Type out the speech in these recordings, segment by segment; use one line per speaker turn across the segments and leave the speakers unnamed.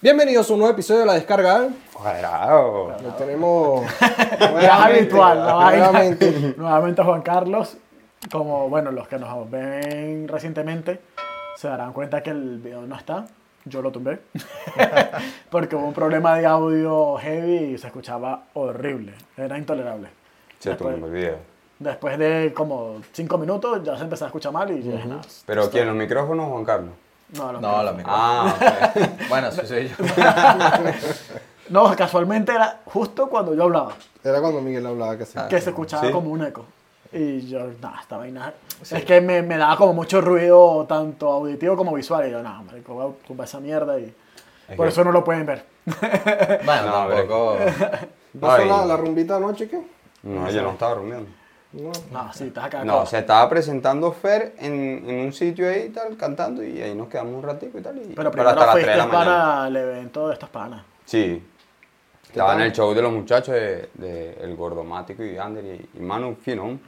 Bienvenidos a un nuevo episodio de La Descarga.
Cuadrado.
Lo tenemos
Ya es habitual, la vaina.
nuevamente.
Nuevamente Juan Carlos, como bueno, los que nos ven recientemente se darán cuenta que el video no está. Yo lo tumbé. Porque hubo un problema de audio heavy y se escuchaba horrible. Era intolerable.
Se tumbó el video.
Después de como 5 minutos ya se empezó a escuchar mal y yo dije, "Nah,
¿Pero quién? ¿Los micrófonos o Juan Carlos?
no, no,
No,
no".
la micro.
Ah, ok.
Bueno, sí soy yo.
No, casualmente era justo cuando yo hablaba,
Era cuando Miguel hablaba que se
que se escuchaba
¿Sí?
como un eco. Y yo, nada, esta vaina. Es que me, me daba como mucho ruido, tanto auditivo como visual. Y yo, nada, marico, voy a tumbar esa mierda y.
Es
Por
que-
eso no lo pueden ver.
Bueno,
No, pero-
tampoco.
¿Pasó
Ay.
la, la rumbita anoche qué?
No, yo no estaba durmiendo.
No.
No, sí, estás acá.
No, se estaba presentando Fer en, en un sitio ahí y tal, cantando, y ahí nos quedamos un ratico y tal. Y,
Pero
pero
primero este
hasta las 3
fuiste
de la mañana.
para el evento de estos panas.
Sí. Estaba en
tal?
el show de los muchachos de, de El Gordomático y Ander y, y Manu Fino.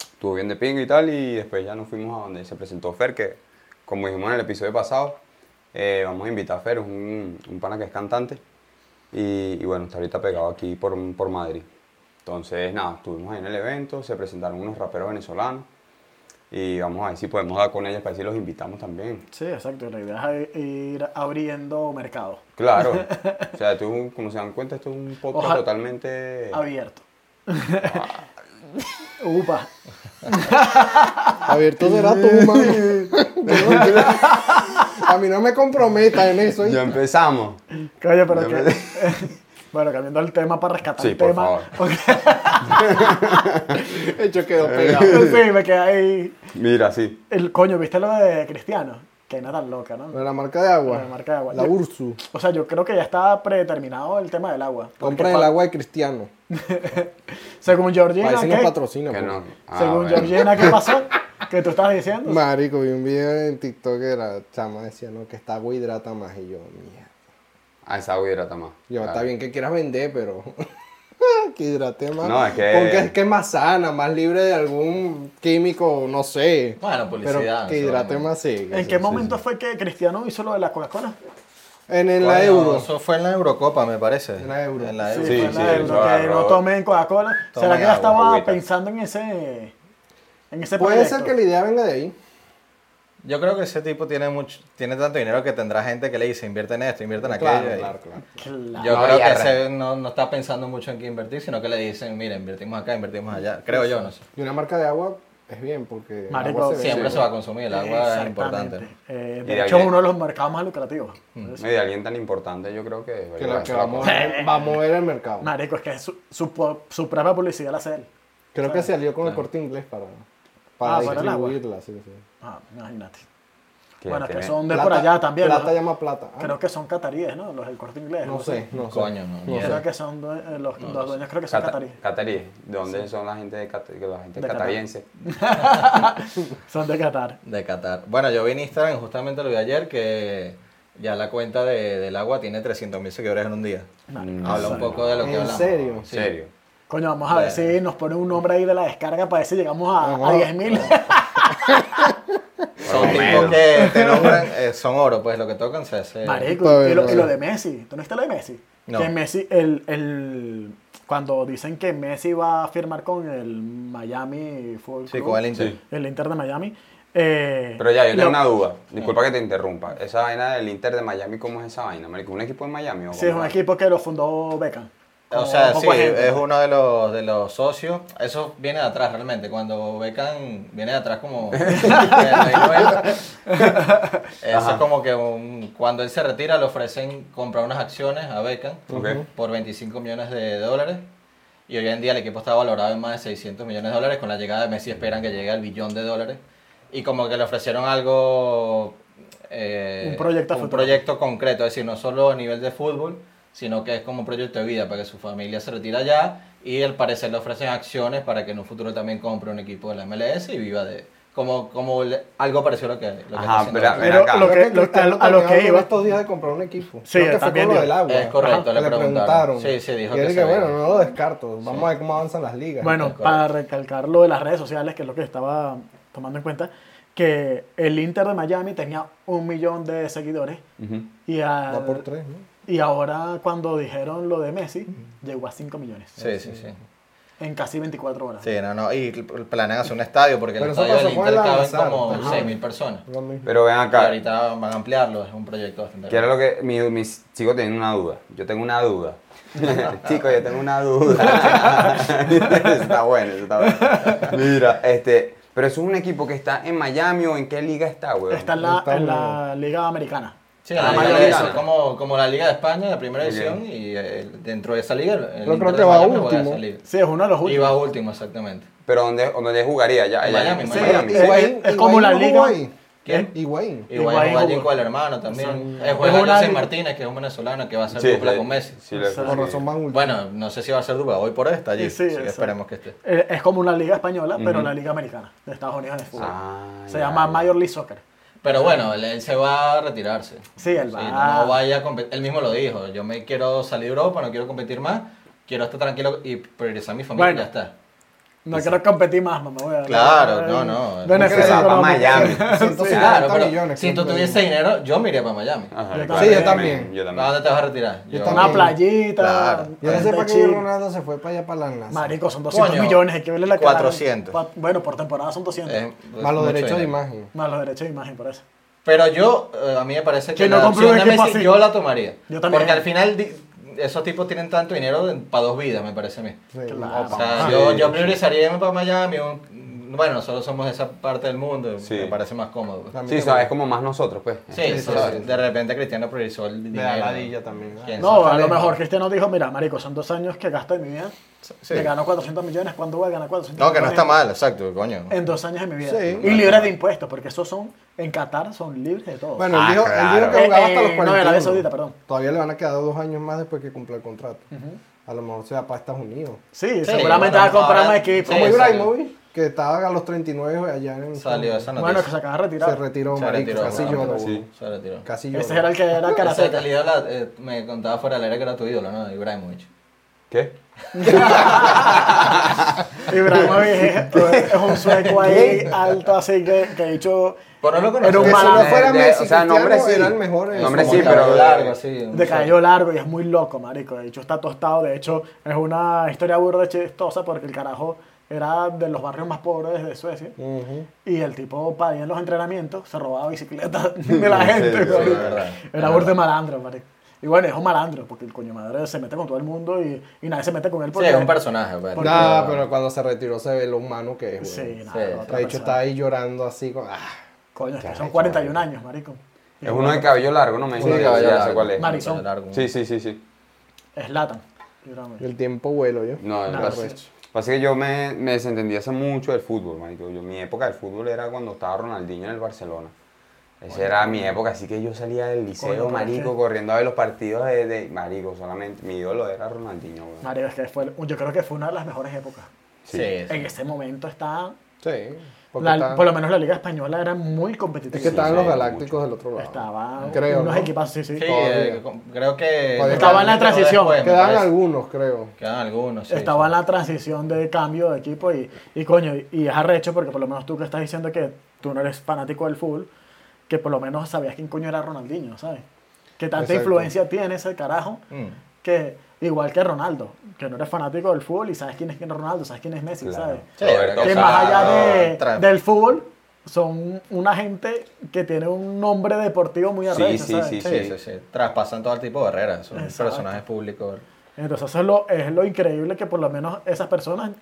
Estuvo bien de pingo y tal, y después ya nos fuimos a donde se presentó Fer, que como dijimos en el episodio pasado, eh, vamos a invitar a Fer, es un, un pana que es cantante. Y, y bueno, está ahorita pegado aquí por, por Madrid. Entonces, nada, estuvimos ahí en el evento, se presentaron unos raperos venezolanos. Y vamos a ver si podemos dar con ellas para decir los invitamos también.
Sí, exacto. La idea es ir abriendo mercado
Claro. O sea, esto es un- como se dan cuenta, esto es un podcast
Ojalá- Ah,
totalmente...
abierto.
Ah.
Upa.
Abierto será tu mano. a mí no me comprometas en eso.
Ya
¿eh?
empezamos.
Que Oye, pero
Ya
que.
me-
bueno, cambiando el tema para rescatar
Sí,
el
por
tema.
favor.
porque-
Hecho quedó pegado.
sí, me quedé ahí.
Mira, sí.
El coño, ¿viste lo de Cristiano? Que nada tan loca, ¿no?
La marca de agua.
La marca de agua.
La
Yo-
Ursu.
O sea, yo creo que ya está predeterminado el tema del agua. Porque
Compra el
pa-
agua de Cristiano.
Según Georgina.
Para si nos
¿qué?
patrocina.
Que
pues.
no. Ah,
Según
bueno.
Georgina, ¿qué pasó? ¿Qué tú estabas diciendo?
Marico, vi un video en TikTok que la chama decía, no, que esta agua hidrata más. Y yo, mierda.
Ah, esa agua hidrata más.
Yo,
Claro.
está bien que quieras vender, pero. que hidrate más.
No, es que-
Pon que, que es más sana, más libre de algún químico, no sé.
Bueno,
Pero
publicidad.
que hidrate más, sí. que
¿En
sí.
qué momento fue que Cristiano hizo lo de la Coca-Cola?
En, en
En
la euro.
Eso fue en la Eurocopa, me parece.
En la Euro.
En la Euro.
Sí,
fue
sí,
la del-
eso
lo que
agarró.
no tomen Coca-Cola.
Tomen
¿Será que ya
agua,
estaba
agüita.
pensando en ese. en ese
Puede
proyecto?
ser que la idea venga de ahí.
Yo creo que ese tipo tiene mucho, tiene tanto dinero que tendrá gente que le dice invierte en esto, invierte en aquello.
Claro,
y-
claro, claro.
Claro.
Yo
No,
creo
y
que
arre-
ese no, no está pensando mucho en qué invertir, sino que le dicen, mira, invertimos acá, invertimos allá. Creo yo, no sé.
Y una marca de agua es bien, porque. el
Marico,
agua vende.
Siempre se va a consumir, el agua es importante.
Exactamente. Eh,
Y de
de hecho, es
ahí- Mm.
uno de los mercados más lucrativos.
No, y de alguien tan importante, yo creo que.
Que, la, que va, a mover, va a mover el mercado.
Marico, es que su, su, po- su propia publicidad la hace él.
Creo que salió con el corte inglés para, para
Ah, para el agua.
distribuirla. Sí, sí.
Ah, imagínate.
Que
bueno, es que
tiene-
son de por allá también.
Plata
¿no?
llama plata. Ah,
Creo que son cataríes, ¿no? Los del corte inglés.
no sé, no sé.
Coño, no.
Yo
mierda.
creo que son due- eh, los, los dueños, creo que son
Cata-
cataríes.
cataríes. ¿De dónde son la gente, de Cata- que la gente
De Qatar.
catariense?
Son de Qatar.
De Qatar. Bueno, yo vi en Instagram, justamente lo vi ayer, que ya la cuenta de- del agua tiene 300.000 seguidores en un día.
Mm,
Marico,
Habla un poco de lo que
¿En
hablamos.
serio?
¿En serio?
Coño, vamos a ver si nos ponen un nombre ahí de la descarga para ver si llegamos a,
Ajá.
a 10.000.
Por
Son
lo
tipos
menos.
que te nombran, eh, son oro, pues lo que tocan se hace.
Está
Marico,
bien,
y lo,
está
y lo
bien.
de Messi. ¿Tú no viste lo de Messi?
No.
Que Messi, el, el, cuando dicen que Messi va a firmar con el Miami Football
Sí,
Club,
con el Inter.
Sí.
el Inter de Miami. eh,
Pero ya, yo tengo
lo-
una duda. Disculpa que te interrumpa. Esa vaina del Inter de Miami, ¿cómo es esa vaina, marico? ¿Un equipo en Miami o
Sí, es
cómo
un
va?
equipo que lo fundó Beckham.
O
Con
sea,
poca
sí,
gente.
es uno de los, de los socios. Eso viene de atrás realmente. Cuando becan, viene de atrás como. de los 90. Eso es como que un- cuando él se retira, le ofrecen comprar unas acciones a Beckham
Ok.
por 25 millones de dólares. Y hoy en día el equipo está valorado en más de 600 millones de dólares. Con la llegada de Messi esperan que llegue al billón de dólares. Y como que le ofrecieron algo... eh,
Un proyecto a
un
futuro.
proyecto concreto, es decir, no solo a nivel de fútbol, sino que es como un proyecto de vida para que su familia se retire allá y al parecer le ofrecen acciones para que en un futuro también compre un equipo de la MLS y viva de... Como, como le- algo parecido a lo que, lo que está
Ajá,
haciendo
pero-
ahora.
Ven
Pero
acá.
lo que,
Creo
lo- a,
Cristiano
lo- a lo que
también habló
iba.
estos días de comprar un equipo.
Sí,
Creo que fue
también
con lo
dijo.
del agua.
Es correcto, le preguntaron.
preguntaron.
Sí, sí, dijo
Y él
que
dice,
se
bueno,
veía.
no lo descarto. Vamos a ver cómo avanzan las ligas.
Bueno, para recalcar lo de las redes sociales, que es lo que estaba tomando en cuenta, que el Inter de Miami tenía un millón de seguidores
Ujú.
y, al-
Va por tres, ¿no?
y ahora cuando dijeron lo de Messi, llegó a 5 millones
Sí, sí, sí.
en casi 24 horas.
Sí, no, no. Y pl- planean hacer un estadio porque el
Pero eso
estadio del
pasó con el
Inter caben
Al-Azhar,
como
ajá.
6.000 personas.
Lo mismo.
Pero ven
Y
acá.
ahorita van a ampliarlo, es un proyecto bastante
Que era lo que. Mi, mi- sigo teniendo una duda. Yo tengo una duda. Chicos, yo tengo una duda. Eso está bueno, eso está bueno. Mira, este. Pero eso es un equipo que está en Miami o en qué liga está, weón.
Está en la,
Está
en la Liga Americana.
Sí,
La
la Liga
mayoría.
de- como, como la Liga de España, la primera edición, y eh, dentro de esa liga. el
Yo creo
Inter
que
de
va
Miami juega
último.
esa liga.
Sí, es uno de los
Y
últimos.
va último, exactamente.
Pero ¿dónde, dónde jugaría? Ya,
En
ya-
Miami, en
Sí,
Miami.
sí.
Higuaín- es como la
no
liga.
jugó ahí.
¿Quién?
Higuaín.
Y
Higuaín
juega
jugó.
allí con el hermano también.
Sí.
Eh, juega
Es una
José
liga-
Martínez, que es un venezolano que va a hacer
Sí,
dupla
le-
con Messi.
sí, le-
Con razón van últimos.
Bueno, no sé si va a ser dupla, hoy por hoy está allí.
Sí, sí,
así que
eso.
esperemos que esté.
Eh, Es como una liga española, pero
Ujú.
la Liga Americana de Estados Unidos de fútbol.
Ah,
Se
ya,
llama
ya.
Major League Soccer.
Pero bueno, él, él se va a retirarse.
Sí, él va.
no, no vaya a competir. Él mismo lo dijo. Yo me quiero salir de Europa, no quiero competir más. Quiero estar tranquilo y priorizar a mi familia
Bueno.
y ya está.
No quiero competir más, mamá. voy a-
Claro, no, no.
Se va
Beneficio
para
económico.
Miami.
Claro,
150
pero
millones.
si tú
creo que
tuviese dinero, yo me iría para Miami.
Ajá,
Yo
claro,
también.
Yo
¿A
también.
dónde te vas a retirar?
Yo
Una
también.
playita.
Claro.
Yo no sé
gente
para qué
chill.
Ronaldo se fue para allá para la NASA.
Marico, son 200
Coño,
millones, hay que verle la cara.
400.
Cua- Bueno, por temporada son 200.
Eh,
Más los
mucho
derechos de
dinero.
imagen.
Más los derechos de imagen, por eso.
Pero yo, eh, a mí me parece que,
Que no
la
compre un
opción de
equipo
Messi
así.
yo la tomaría.
Yo también.
Porque al final di- esos tipos tienen tanto dinero para dos vidas, me parece a mí.
Sí.
Claro.
O sea,
Sí,
yo, yo
sí.
priorizaría irme para Miami. un- bueno, nosotros somos de esa parte del mundo,
Sí.
me parece más cómodo.
También
Sí,
te-
sabes, es como más nosotros, pues.
Sí,
Sí, sí,
sí,
sí.
sí.
de repente Cristiano priorizó el
Me
dinero.
da ladilla también.
¿Quién
¿no?
No, a
sabe?
lo mejor Cristiano dijo, mira, marico, son dos años que gasto de mi vida. Me gano 400 millones, ¿cuándo voy a ganar 400
No, que no está
millones
mal, exacto, coño.
En dos años de mi vida.
Sí.
y libres de impuestos, porque esos son, en Qatar, son libres de todo.
Bueno, él
Ah,
dijo, él
claro.
dijo que jugaba hasta los
Eh, eh,
41.
no, Arabia Saudita, perdón.
Todavía le van a quedar dos años más después que cumpla el contrato. A lo mejor se va para Estados Unidos.
sí,
Sí,
seguramente va
bueno,
a comprar
ahora-
más equipo.
Sí,
Como
salió.
Ibrahimovic, que estaba a los 39 allá en...
Salió esa noticia.
Bueno, que se acaba de retirar.
Se retiró,
Se
marico,
retiró,
casi
bueno,
lloró.
sí.
Se retiró.
Casi lloró.
Ese era el que era
Ese
karateca.
el ídolo, eh, me contaba fuera del aire que era tu ídolo, ¿no? Ibrahimovic.
¿Qué?
Ibrahimovic pues, es, es un sueco ahí alto, así que, que de hecho
Pero no lo
era un
Que si
mal
no fuera
De-
Messi,
o sea,
Cristiano
nombre sí.
era el mejor. en
Nombre
su
sí,
momento.
pero-
largo, así. un-
de cabello largo y es muy loco, marico. De hecho está tostado, de hecho es una historia burda chistosa porque el carajo era de los barrios más pobres de Suecia
Ujú.
y el tipo para ir en los entrenamientos se robaba bicicletas de la gente.
sí,
Sí, es
marico.
verdad.
Era burda de malandro, marico. Y bueno, es un malandro porque el coño madre se mete con todo el mundo y, y nadie se mete con él
Sí,
porque...
es un personaje, pues, bueno.
Porque-
Nah, pero cuando se retiró se ve lo humano que es.
Sí,
weón.
nada,
Sí,
otra
de hecho,
persona.
está ahí llorando así. Con... ah.
Coño, es que son 41 años, marico.
Es uno de cabello largo, ¿no? Me
Uno de
dijiste,
cabello
ya sé
largo.
cuál es.
Marisol.
Largo.
Sí, sí, sí, sí.
Es Latan. Ibrahimovic.
El tiempo vuelo, yo.
No,
Nada,
lo que
pues.
pasa es que yo me, me desentendí hace mucho del fútbol, marico. Yo, mi época del fútbol era cuando estaba Ronaldinho en el Barcelona. Esa era mi época, así que yo salía del liceo,
Coño, pero es
marico,
que-
corriendo a ver los partidos de, de- Marico, solamente mi ídolo era Ronaldinho, weón.
Marico, es que fue, yo creo que fue una de las mejores épocas.
Sí, sí.
En ese momento está,
Sí. Porque
la-
está-
por lo menos la liga española era muy
Es
competitiva.
que estaban
sí,
los
mucho.
galácticos del otro lado.
Estaban
Creo,
unos
¿no?
equipazos, sí, sí.
Sí,
Todavía.
eh, con- creo
Todavía.
que... Estaba
Estaba en la transición.
Quedaban
pues,
algunos, creo.
Quedan algunos, sí.
Estaba
sí.
la transición de cambio de equipo y, y coño, y, y es arrecho porque por lo menos tú que estás diciendo que tú no eres fanático del fútbol, que por lo menos sabías quién coño era Ronaldinho, ¿sabes? Que tanta
Exacto.
influencia tiene ese carajo
Mm.
que igual que Ronaldo, que no eres fanático del fútbol y sabes quién es quién es Ronaldo, sabes quién es Messi,
Claro.
¿sabes?
Sí,
Roberto
que
que
sea,
más allá de-
tra-
del fútbol son una gente que tiene un nombre deportivo muy
Sí,
arrecho,
sí,
¿sabes?
sí,
Sí, sí, sí. Traspasan todo el tipo de barreras. Son
Exacto.
personajes públicos.
Entonces eso es lo, es lo increíble que por lo menos esas personas,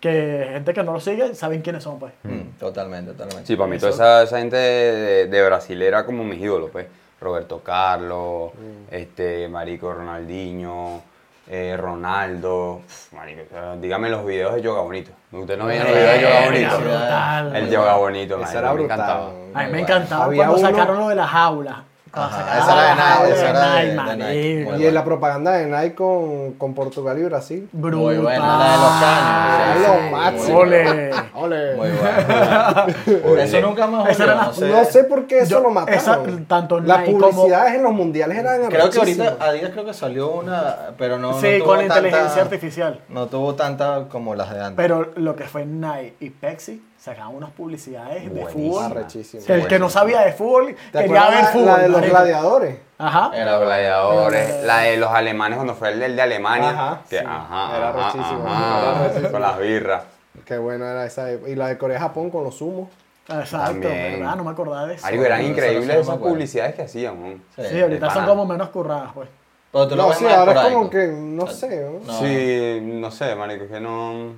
que gente que no lo sigue, saben quiénes son, pues.
Mm, Totalmente, totalmente.
Sí, para mí toda esa, esa gente de, de Brasil era como mis ídolos, pues. Roberto Carlos,
Mm.
este, Marico Ronaldinho, eh, Ronaldo. Pf, marico, o sea, dígame los videos de Yoga Bonito. Ustedes no veían los videos de Yoga
Eh,
Bonito.
brutal.
El Yoga Bonito,
Ese
marico,
era
me
brutal.
encantaba.
A mí me
Bueno,
encantaba
había
cuando
uno-
sacaron lo de las aulas. Cuando
Ajá,
sacaron
esa era de
las
Nike,
aulas
esa
era de-
Nike,
de Nike.
marico.
Muy
Y en
bueno.
la propaganda de Nike con, con Portugal y Brasil.
Muy buena,
Brutal.
la de los caños,
sí,
Ay,
sí, lo máximo.
Ole.
Ole.
Muy bueno. Eso nunca más
Esa era la-
volvió,
No sé por qué eso
Yo-
lo mataron.
esa- tanto
Las
Nike como-
publicidades en los mundiales eran
Creo que ahorita,
arrechísimas.
Adidas creo que salió una, pero no,
sí,
no tuvo
con
tanta-
inteligencia artificial.
No tuvo tanta como las de antes.
Pero lo que fue Nike y Pepsi sacaban unas publicidades de
Buenísima.
fútbol.
Arrechísimo.
O sea, el que no sabía de fútbol
¿Te
quería ver
acuerdas
fútbol.
la de los
marico.
gladiadores?
Ajá.
En los gladiadores,
Era-
la de los alemanes cuando fue el del de Alemania.
Ajá,
que,
sí.
ajá,
Era
ajá,
rechísimo,
ajá,
era rechísimo.
con las birras.
Qué bueno era esa época. Y la de Corea-Japón con los humos.
Exacto,
También.
¿verdad? No me acordaba de eso.
Marico, eran
eso no
increíbles
me
esas
acuerdo.
publicidades que hacían, man.
Sí.
sí, ahorita
de
son
pana.
como menos curradas, pues.
Pero tú lo
No,
ves
sí,
más
ahora es
esporádico.
como que, no sé, ¿no?
No.
Sí, no sé, marico, que no...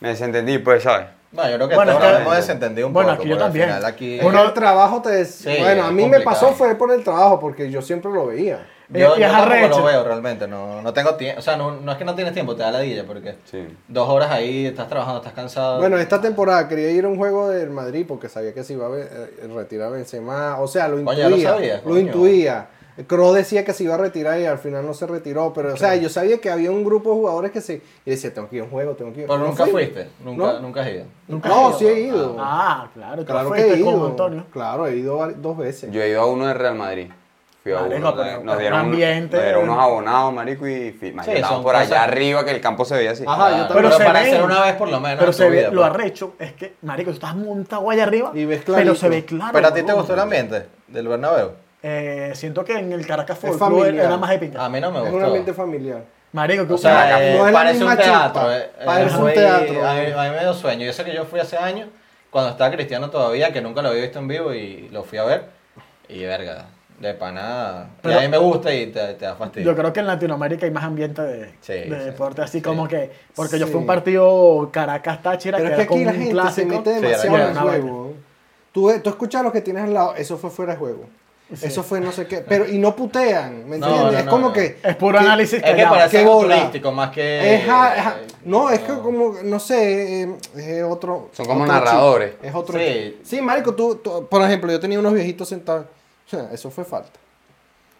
Me desentendí, pues, ¿sabes?
Bueno, yo creo que
Bueno,
todos
es que-
nos hemos desentendido un
bueno,
poco.
aquí yo
porque al
también.
final aquí-
Es que
Uno-
el trabajo te...
Sí,
bueno, a
es
mí me
complicado.
pasó fue por el trabajo, porque yo siempre lo veía.
Yo,
Y
yo
es
tampoco
arrecho.
lo veo realmente, no, no tengo tiempo. O sea, no, no es que no tienes tiempo, te da la dilla porque
Sí.
dos horas ahí estás trabajando, estás cansado.
Bueno, esta temporada quería ir a un juego del Madrid porque sabía que se iba a ve- eh, retirar Benzema. O sea, lo
Coño, ya
intuía.
lo sabías, coño.
intuía. Kroos decía que se iba a retirar y al final no se retiró. Pero, o sea, yo sabía que había un grupo de jugadores que se... Y decía, tengo que ir a un juego, tengo que ir.
Pero
No
nunca
fui.
fuiste, nunca,
No.
nunca has ido.
No, sí he ido.
Ah, claro, tú
claro que
fuiste
he ido.
con Antonio.
Claro, he ido vari- dos veces.
Yo he ido a uno de Real Madrid. Fui a
Marico,
uno.
pero-
de-
pero
nos, dieron
un
un-
ambiente-
nos dieron unos abonados, marico, y fi- marico,
Sí,
estaban
son
por allá
cosas-
arriba que el campo se veía así.
Ajá, yo
Claro,
también.
Pero se
para
ve.
hacer una vez por lo menos.
Pero
en
se
tu
ve,
vida,
lo
pues.
arrecho es que, marico, tú estás montado allá arriba.
Y ves
Pero
clarito.
se ve claro.
Pero a ti te
huevón.
gustó el ambiente del Bernabéu.
Eh, siento que en el Caracas Fútbol Club
familiar.
era más épica.
A mí no Ah, me
es
gustó.
un ambiente familiar.
Marico, que
O sea, eh,
No es la
parece
misma
un teatro.
chispa.
eh, eh,
Parece un
fui-
teatro.
A mí, a mí me dio sueño. Yo sé que yo fui hace años, cuando estaba Cristiano todavía, que nunca lo había visto en vivo y lo fui a ver. Y verga, de panada. Y
Pero-
a mí me gusta y te, te da fastidio.
Yo creo que en Latinoamérica hay más ambiente de,
Sí,
de
sí,
deporte, así
sí.
como que. Porque yo fui a un
Sí.
partido Caracas-Táchira,
Pero es
que
que
era como
aquí la
un
gente se
clásico.
mete
Sí, era
demasiado en el
una vaina.
juego. Tú, tú escuchas a los que tienes al lado, eso fue fuera de juego. Eso fue no sé qué. Pero, y no putean, ¿me
No,
entiendes?
no,
es
no,
como
no.
que.
Es puro análisis
es que
callado.
parece-
parece
qué bola.
turístico más que.
es ja- es ja- no, es que
Eh, no.
como, no sé, eh, es otro.
Son como
otro
narradores.
chip, Es otro.
Sí.
Sí, sí Marico, tú, tú- por ejemplo, yo tenía unos viejitos sentados. Eso fue falta.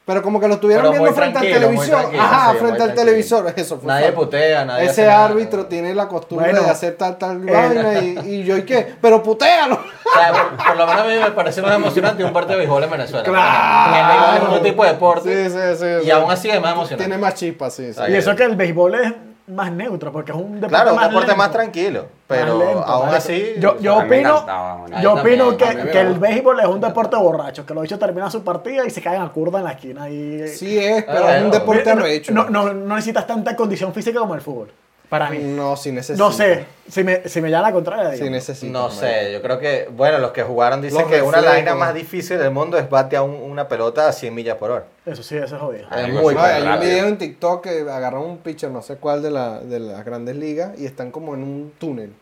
Pero como que lo estuvieron
Pero muy
viendo frente al
tranquilo, muy
televisor.
tranquilo,
Ajá,
sí, muy
frente al
tranquilo.
televisor. Eso fue
Nadie
falta.
putea, nadie hace
Ese
nada.
árbitro tiene la costumbre
Bueno.
de hacer tal, tal
Eh.
vaina y, y yo, ¿y qué? Pero putealo.
O sea, por, por lo menos a mí me pareció más emocionante un partido de béisbol en Venezuela.
Claro.
Que el béisbol es otro tipo de deporte.
Sí, sí, sí,
y
sí.
aún así es más emocionante.
Tiene más chispa, sí. sí.
Ahí
Y eso que el béisbol es más neutro, porque es un deporte
Claro, un
más
deporte más
lento.
tranquilo.
Más
Pero
lento,
aún
marico.
así.
Yo, yo
a mí me
opino,
encantaba, marico.
yo
A mí
opino
también, a mí
que,
me
que el
gusta.
béisbol es un deporte borracho, que los bichos terminan su partida y se caen a curva en la esquina. Y...
Sí es, pero
Ah,
es un
bueno.
deporte
no,
arrecho.
no, no, no necesitas tanta condición física como el fútbol, para mí.
No, sí necesita.
No sé, si me, si me llama la contraria,
Sí
digamos.
necesita.
No sé, yo creo que, bueno, los que jugaron dicen
Los
que una de las vainas
reflejos.
más difíciles del mundo es batear un- una pelota a 100 millas por hora.
Eso sí, eso es jodido.
Es
Marico,
muy
No,
súper
hay un
rápido.
video en TikTok que agarran un pitcher, no sé cuál, de, la, de las grandes ligas y están como en un túnel.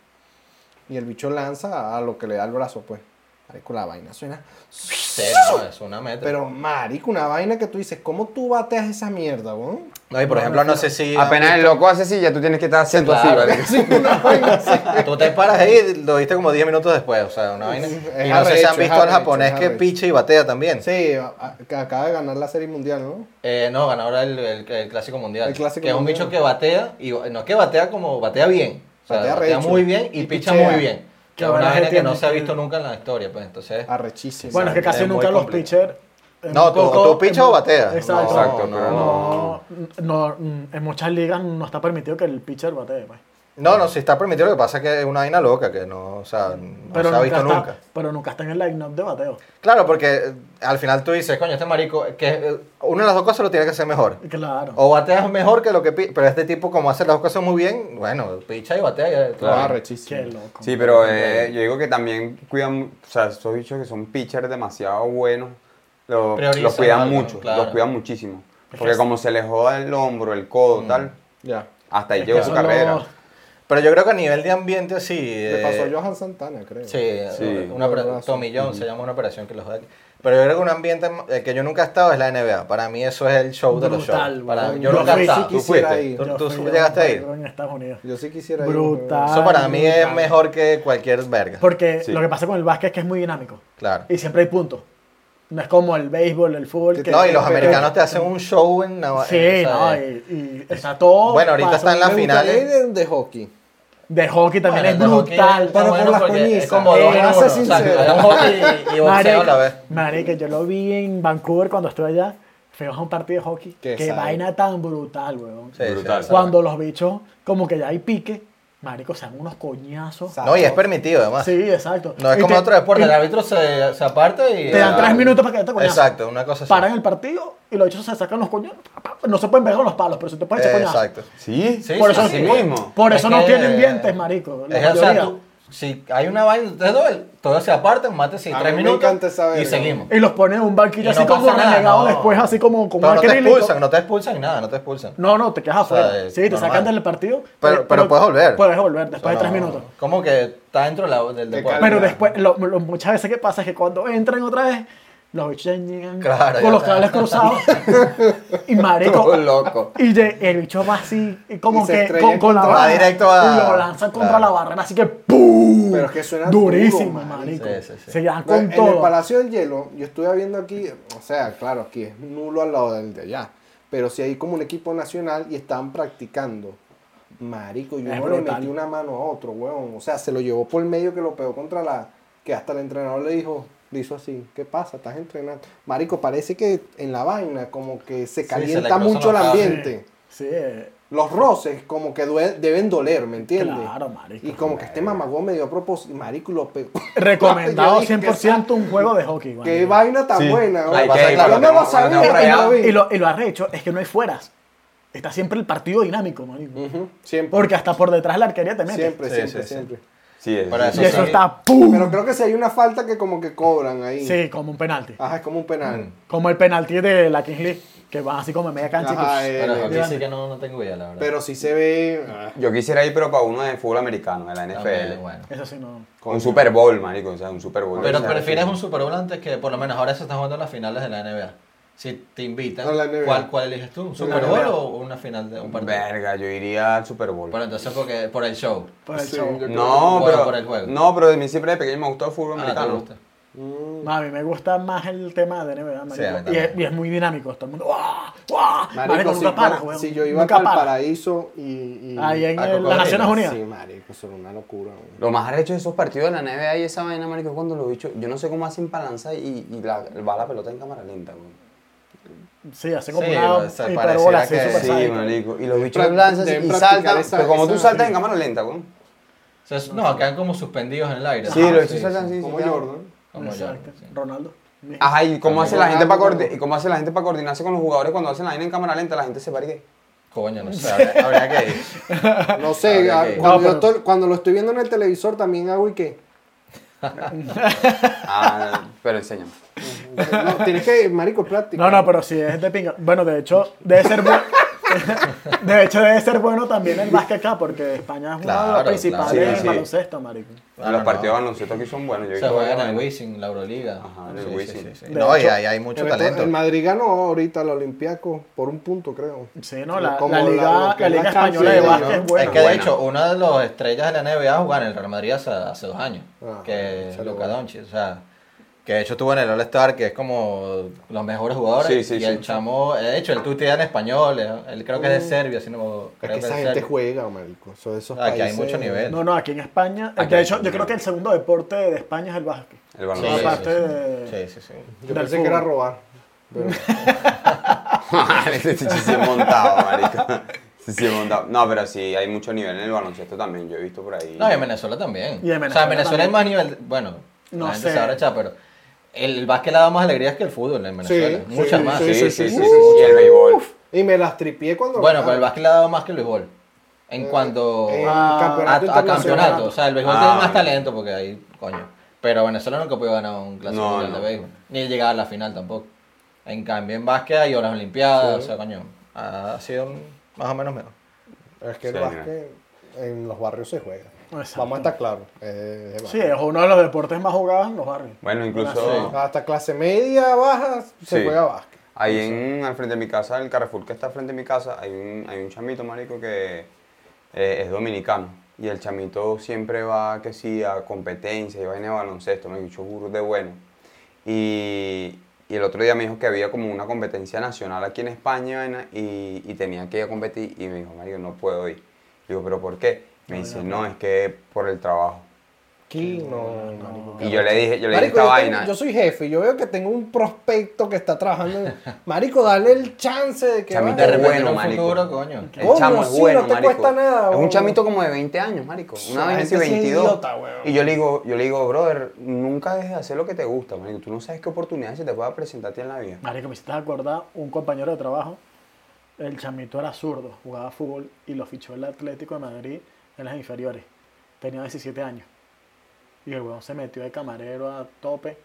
Y el bicho lanza a lo que le da el brazo, pues. Marico, la vaina suena.
Sí, no, es una meta.
Pero, marico, una vaina que tú dices, ¿cómo tú bateas esa mierda, weón?
no, y por ejemplo, no sé si.
Apenas el loco hace así, ya tú tienes que estar haciendo así,
Claro.
marico.
Tú te paras ahí y lo viste como 10 minutos después, o sea, una vaina.
Es
y no sé si
arrecho,
han visto
es
al
arrecho,
japonés
es
que
arrecho.
picha y batea también.
Sí, a- a- que acaba de ganar la serie mundial, ¿no?
Eh, no, ganó ahora el, el- el Clásico Mundial.
El Clásico
que es un
Mundial.
bicho que batea, y no es que batea como, batea bien. O sea,
Batea
batea,
recho.
muy bien
Y
y picha
pichea.
muy bien.
Que
Que es una
ahora
vaina
se
que no
tiene
se ha
que-
visto nunca en la historia, pues entonces.
Arrechísimo.
Bueno, es que casi
Es muy
nunca los
complicado.
pitchers. eh,
No,
un
tú-
poco-
tú pichas o bateas.
Exacto.
No,
Exacto, pero no.
No, no, mm, en muchas ligas no está permitido que el pitcher batee. pues.
No, no, si está permitido, lo que pasa es que es una vaina loca, que no, o sea, no
Pero,
se ha
nunca
visto
está,
nunca.
pero nunca está en el line-up de bateo.
Claro, porque eh, al final tú dices, coño, este marico, que eh, una de las dos cosas lo tiene que hacer mejor.
Claro.
O bateas mejor que lo que pi- pero este tipo como hace las dos cosas muy bien, bueno, picha y batea. y-
No,
claro.
arrechísimo.
Qué loco.
Sí, pero eh, yo digo que también cuidan, mu- o sea, esos bichos que son pitchers demasiado buenos, lo-
Priorizan
los cuidan
algo,
mucho,
claro.
los cuidan muchísimo.
que
Porque
es-
como se les joda el hombro, el codo,
Mm.
tal,
Ya.
hasta ahí
Es
llegó
que
su
son
carrera.
los-
Pero yo creo que a nivel de ambiente sí.
Le
eh,
pasó a Johan Santana, creo.
Sí,
Sí.
una opera-
Brazo.
Tommy John se llama una operación que los da aquí. Pero yo creo que un ambiente el que yo nunca he estado es la NBA. Para mí eso es el show de los
Brutal,
shows. Para-
weón.
yo
Yo
nunca he
fui,
estado.
sí quisiera
fuiste.
ir.
Tú-
Yo
tú
fui
llegaste
un
a ir.
perro En Estados Unidos.
Yo sí quisiera ir.
Brutal.
Eso para mí es
Brutal.
mejor que cualquier verga.
Porque
Sí.
lo que pasa con el básquet es que es muy dinámico.
Claro.
Y siempre hay puntos. No es como el béisbol, el fútbol. Que
No, y los
que-
americanos te hacen un show en la-
Sí,
o sea,
no, y, y está todo.
Bueno, ahorita está en la
Me
final. ¿eh?
gustaría
finales.
ir de, de hockey.
De hockey también
Bueno,
es
el de hockey
brutal.
está
pero por las
porque
coñizas.
Es como dos
Eh,
en uno.
sé
O sea,
sincero.
es un hockey y, y boxeo a la vez.
Marica, yo lo vi en Vancouver cuando estuve allá. Fuimos a un partido de hockey.
Qué
Qué,
sabe.
vaina tan brutal, weón.
Sí, sí,
Brutal.
sí.
Cuando los bichos, como que ya hay pique. Marico, se dan unos coñazos.
Sa- Exacto.
Sí,
No, y es permitido además.
exacto.
No es
Y
como
te-
otro deporte.
y
El árbitro se, se aparta y. eh,
Te dan tres minutos para que te coñazos.
Exacto, una cosa así.
Paran el partido y los hechos se sacan los coños. No se pueden pegar con los palos, pero se te pueden
Eh,
echar coñazos.
Exacto.
Sí,
Sí,
Por
sí,
eso,
sí.
así mismo.
por
Es
eso no
que-
tienen dientes, marico. la
Es, o sea,
mayoría.
tú- si hay una vaina de dos, todos se apartan, mate si
A
tres
mí me
minutos
encanta esa
y
verga.
seguimos.
Y los ponen en un banquillo
Y
Eh, así
no
como
pasa nada,
renegado
no.
después, así como con
Pero
un
no te
acrílico.
expulsan, no te expulsan nada, no te expulsan.
No, no, te quedas
sea,
afuera.
es
sí, te
normal.
sacan del partido. eh,
Pero- pero puedes volver.
Puedes volver después
O
de
sea,
tres
no-
minutos.
Como que está dentro de la- del
Te
deporte.
calma.
Pero después, lo- lo- muchas veces que pasa es que cuando entran otra vez, los bichos ya llegan
Claro, ya
con los
está.
cables cruzados. y marico.
Todo loco.
Y de- el bicho va así, como
Y se
que
estrella
con, con la
contra-
va
barra.
directo a-
Y lo lanzan contra
Claro.
la barrera, así que ¡pum!
Pero es que suena duro,
Durísimo,
man.
marico.
Sí, sí, sí.
Se
Bueno,
llevan Ah, con
en el
todo.
Palacio del Hielo, yo estuve viendo aquí, o sea, claro, aquí es nulo al lado del de allá, pero si hay como un equipo nacional y estaban practicando. Marico, y
Es
uno le
brutal.
metió una mano a otro, huevón. O sea, se lo llevó por el medio que lo pegó contra la. Que hasta el entrenador le dijo, le hizo así, ¿qué pasa? Estás entrenando. Marico, parece que en la vaina, como que se
se le
calienta
cruzan
mucho el
los cables.
ambiente.
Sí, eh,
Los roces, como que due- deben doler, ¿me entiendes?
Claro, marico.
Y como que este mamagón me dio a propósito, marico, y lo pegó.
recomendado
Yo dije, ¿qué
100% un juego de hockey.
Qué
marico.
vaina tan
Sí.
buena, ¿no?
Ay,
Pasa,
qué-
claro,
claro,
no lo
tenemos-
sabía,
tenemos
y no
rayado.
vi.
Y lo, y lo arrecho es que no hay fueras. Está siempre el partido dinámico, marico.
Ujú, Siempre,
Porque hasta por detrás de la arquería te metes.
siempre,
Sí,
siempre,
sí, sí.
siempre.
Sí, es.
Para
Y
eso
eso
sí.
está ¡pum!
Pero creo que si hay una falta que como que cobran ahí.
Uh. Sí, Mm. como un penalti.
Ajá, es como un penal.
Como el penalti de la Kings League, que van así como en media cancha. y pues, que-
Ajá, eh,
Pero aquí
Grande.
sí que no, no tengo idea, la verdad.
Pero si se ve... ah,
Yo quisiera ir, pero para uno de fútbol americano, de la NFL.
También, Ah, bueno.
Eso sí, no.
Con un Super Bowl, marico, o sea, un Super Bowl.
Pero
O sea,
prefieres un Super Bowl antes que, por lo menos, ahora se están jugando las finales de la NBA. Si te invitan,
No, la NBA.
¿cuál, ¿cuál eliges tú? ¿Un Super
NBA.
Bowl o una final de un partido?
Verga, yo iría al Super Bowl.
Pero entonces, porque, por el show.
Por el
Sí,
show.
yo-
No,
Bueno,
pero.
por el juego.
No, pero de mí siempre de pequeño me gustó el
Ah,
fútbol
¿te
americano.
gusta?
mm,
No, a mí me gusta más el tema de NBA,
Sí, a mí
marico. y,
también.
es, y es muy dinámico. Todo el mundo. ¡Guau! ¡Guau! Marico,
Marico, si,
nunca para, weón.
si yo iba
nunca
para el
para.
paraíso y... y-
Ahí en
a
el-
Cocodrilo.
las Naciones Unidas.
Sí, marico, son una locura. güey.
Lo más arrecho de esos partidos de la NBA y esa vaina, marico, es cuando los bichos. Yo no sé cómo hacen para lanzar y, y la, va la pelota en cámara lenta, güey.
Sí, hace como
Sí,
una
o sea,
hiperbola
pareciera
así,
que-
super
Sí,
sádica.
marico. Y los bichos
Pra-
lanzan
deben
y
practicar
saltan.
esa-
pero como tú
esa-
saltas en cámara lenta, güey.
O sea, es- no, quedan como suspendidos en el aire.
Sí,
Ajá,
los bichos saltan así.
Como
sí, ya.
Jordan.
Como yo.
Exacto. Ronaldo.
Ah,
Bien.
Ajá, y cómo hace, la
Como
gente para
Ronaldo,
coordi- y cómo hace la gente para coordinarse con los jugadores cuando hacen la vaina en cámara lenta, la gente se parigue.
Coño, no sé. Habría, habría que ir.
No sé,
Ah,
ah,
ok, ok.
cuando,
No,
yo
pero-
estoy- cuando lo estoy viendo en el televisor también hago y qué.
Ah, pero enséñame.
No, tienes que, marico, práctica.
No, no, pero sí es de pinga. Bueno, de hecho, debe ser bueno. De hecho, debe ser bueno también el básquet acá, porque España es una de las
Claro,
principales
claro.
en
Sí, sí.
baloncesto, marico.
Claro,
los
Ah, no.
partidos de baloncesto aquí son buenos. Yo he
Se
visto
juegan en el
varios.
Wizzing, la Euroliga.
Ajá, en el
Sí, sí,
Wizzing.
sí, sí.
De
No, y
hecho-
ahí hay mucho
Pero esto-
talento.
El Madrid ganó ahorita al Olimpiaco por un punto, creo.
Sí, no, la,
Como
la
la-
liga,
lo que
la
es
liga
la
española de
Champions
básquet
League,
es
¿no?
buena.
es que de
buena.
hecho, una de las estrellas de la NBA jugaba en el Real Madrid hace, hace dos años,
Ah,
que es
salió
Luka
bueno.
Doncic, o sea,
Que de hecho estuvo en el All-Star, que es
como los mejores jugadores.
Sí, sí,
y
sí.
el chamo, de hecho, él tuitea en español, eh, él creo que es de Serbia, si no
Uh. Es
creo
que esa
de
gente
Serbia.
juega, marico. Eso, esos
Ah, que hay
países-
mucho nivel.
No, no, aquí en España.
Aquí
de
hay
hecho, yo
también.
creo que el segundo deporte de España es el básquet.
El
Sí,
baloncesto.
sí,
Aparte
sí.
de-
Sí, sí, sí.
Yo
Del
pensé que era
fútbol.
robar. pero-
Este sí se ha montado, marico. Sí se ha montado. No, pero sí, hay mucho nivel en el baloncesto también. Yo he visto por ahí.
No, y en Venezuela también.
Y en
o sea,
Venezuela
en Venezuela hay
también.
más nivel, bueno,
No
la gente
sé.
se habrá echado, pero el básquet le da más alegrías que el fútbol en Venezuela,
sí,
muchas
sí,
más.
Sí, sí, sí. sí,
sí.
sí. Y el béisbol.
Y me las tripié cuando.
Bueno,
Ah.
pero el
ganaron.
básquet le ha dado más que el béisbol, en
Eh,
cuanto...
en
a-
a,
campeonato
a
internacional.
campeonato. O sea, el béisbol
Ah,
tiene más
bueno.
talento porque ahí, coño. Pero Venezuela nunca pudo ganar un clásico
No,
mundial
no.
de béisbol. Ni llegar a la final tampoco. En cambio, en básquet hay las Olimpiadas. O sea, coño, ha sido un- más o menos mejor.
Es que el
Sí,
básquet en los barrios se juega.
Exacto.
Vamos a estar claros. eh, es de
Sí,
barrio.
es uno de los deportes más jugados en los barrios.
Bueno,
Sí.
incluso
Hasta clase media, baja, se
Sí.
juega básquet.
ahí en, al frente de mi casa, el Carrefour que está al frente de mi casa, hay un, hay un chamito, marico, que eh, es dominicano. Y el chamito siempre va, que sí, a competencias y vaina de baloncesto. Me dicho burro de bueno. Y, y el otro día me dijo que había como una competencia nacional aquí en España vaina, y, y tenía que ir a competir. Y me dijo, Mario, no puedo ir. Digo, ¿pero por qué? Me dice, no, es que por el trabajo.
Aquí no, marico,
Y yo le dije, yo le dije
Marico,
esta
yo,
vaina.
tengo- yo soy jefe y yo veo que tengo un prospecto que está trabajando. en- Marico, dale el chance de que.
Chamito
vaya.
es
repente en
bueno,
un
marico.
futuro, coño.
El
Coño,
chamo es
sí,
bueno,
no te
marico.
cuesta nada,
es
weón.
un chamito como de 20 años, marico. Una
La
vez así,
gente sí es
22.
idiota, weón.
y yo le digo, yo le digo, brother, nunca dejes de hacer lo que te gusta, marico. Tú no sabes qué oportunidad se te pueda presentar a ti en la vida.
Marico, me hiciste acordar un compañero de trabajo. El chamito era zurdo, jugaba fútbol y lo fichó el Atlético de Madrid en las inferiores. Tenía 17 años. Y el weón se metió de camarero a tope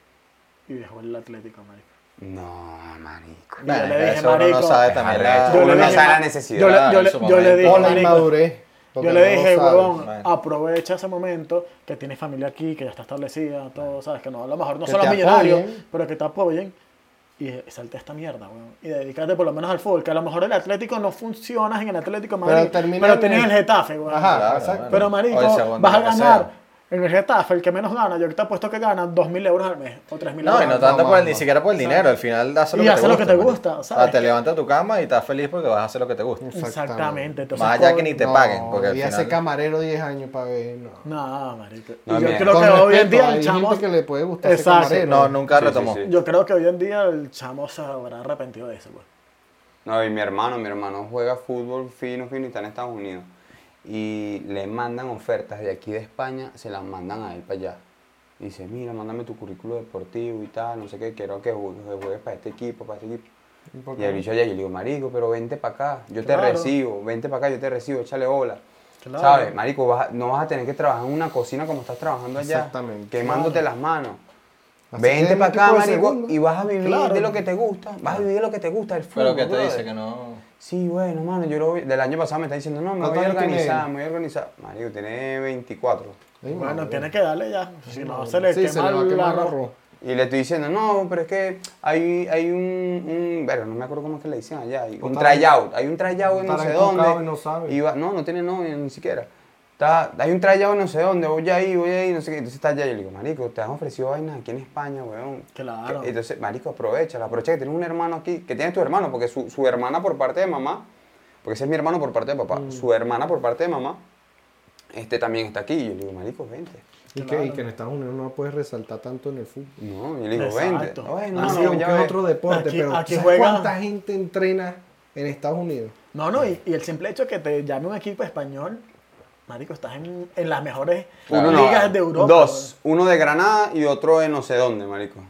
y dejó el Atlético, marico.
No, marico.
Y
Bueno,
yo le dije,
eso uno no
marico,
sabe
Es
también.
arrecho.
la-
yo
Uno
le
no
dije,
sabe la
ma-
necesidad.
yo le-
Ah,
yo
en
le-
su
yo le
momento.
dije,
O la
marico,
inmadurez. porque
Yo le
no
dije,
sabes.
huevón,
man.
aprovecha ese momento que tienes familia aquí, que ya está establecida, todo, ¿sabes? Que no, a lo mejor no
Que
son
te
los millonarios,
apoyen.
pero que te apoyen. Y eh, salte esta mierda, huevón. Y dedícate por lo menos al fútbol, que a lo mejor el Atlético no funcionas en el Atlético de Madrid,
Pero
pero,
termina en
tienes
el-
el Getafe, huevón.
Ajá,
Claro,
exacto.
bueno.
Pero,
O el
marico,
segundo,
vas a
lo que
ganar.
sea.
En el Getafe, el que menos gana, yo te apuesto que gana 2.000 euros al mes o 3.000
No,
euros
y no
al mes.
tanto por el- ni
no.
siquiera por el dinero, al final haces lo
Y
que te
haces
gusta.
lo que te
marico.
gusta,
O sea,
¿sabes?
te levantas de tu cama y estás feliz porque vas a hacer lo que te gusta.
Exactamente. Entonces,
Más allá que
coño,
ni te
No,
paguen, porque al
y hace
final...
camarero 10 años para ver. No.
No, marico.
No,
Y yo
mira,
creo
Con
que hoy en
respeto,
día
hay
el chamo...
gente que le puede gustar ese
Exacto.
camarero.
No, nunca
Sí, sí,
retomó.
sí.
Yo creo que hoy en día el chamo se habrá arrepentido de eso, pues. güey.
No, y mi hermano, mi hermano juega fútbol fino, fino y está en Estados Unidos. Y le mandan ofertas de aquí de España, se las mandan a él para allá. Y dice, mira, mándame tu currículo deportivo y tal, no sé qué, quiero que juegues, que juegues para este equipo, para este equipo.
¿Por
Y el bicho llega y le digo, marico, pero vente para acá, yo te
Claro.
recibo, vente para acá, yo te recibo, échale bola.
Claro.
¿Sabes? Marico, vas a- no vas a tener que trabajar en una cocina como estás trabajando allá.
Exactamente.
Quemándote las manos.
Así que
Vente
en
para acá,
equipo de
marico,
segunda.
y vas a vivir
Claro.
de lo que te gusta. Vas a vivir de lo que te gusta, el fútbol.
Pero que te
eh.
dice
brother.
que no.
Sí, bueno, mano, yo lo vi- del año pasado me está diciendo, no, me voy
¿Cuántos
a
años tiene
organizar,
él?
me voy a organizar. Marico, tiene 24.
Ay,
Bueno,
madre.
tiene que darle ya. Si no, se le
Sí,
quema
se le va a quemar
el
el
arroz.
arroz.
Y le estoy diciendo, no, pero es que hay, hay un, un, bueno, no me acuerdo cómo es que le dicen allá, hay un
Estarán-
tryout, hay un tryout en no
estarán
sé
tocados
dónde.
y no saben.
va- no, no tiene novia ni siquiera. Está, hay un tryout en no sé dónde, voy ahí, voy ahí, no sé qué. Entonces está allá y le digo, marico, te han ofrecido vainas aquí en España, weón.
Claro.
Que- Entonces, marico, aprovecha, aprovecha que tienes un hermano aquí, que tienes tu hermano, porque su, su hermana por parte de mamá, porque ese es mi hermano por parte de papá,
Mm.
su hermana por parte de mamá, este también está aquí. Y yo le digo, marico, vente.
Y que, y que en Estados Unidos no puedes resaltar tanto en el fútbol.
No, yo le digo, vente.
Exacto.
Bueno,
Ah,
Así
no,
aunque
ya
es
ves.
otro deporte,
Aquí-
pero ¿tú
aquí
¿sabes
juegan-
cuánta gente entrena en Estados Unidos?
No, no, y, y el simple hecho de que te llame un equipo español, marico, estás en, en las mejores
Uno no,
ligas de Europa. pues.
Dos, uno de Granada y otro de no sé dónde, marico.
güey.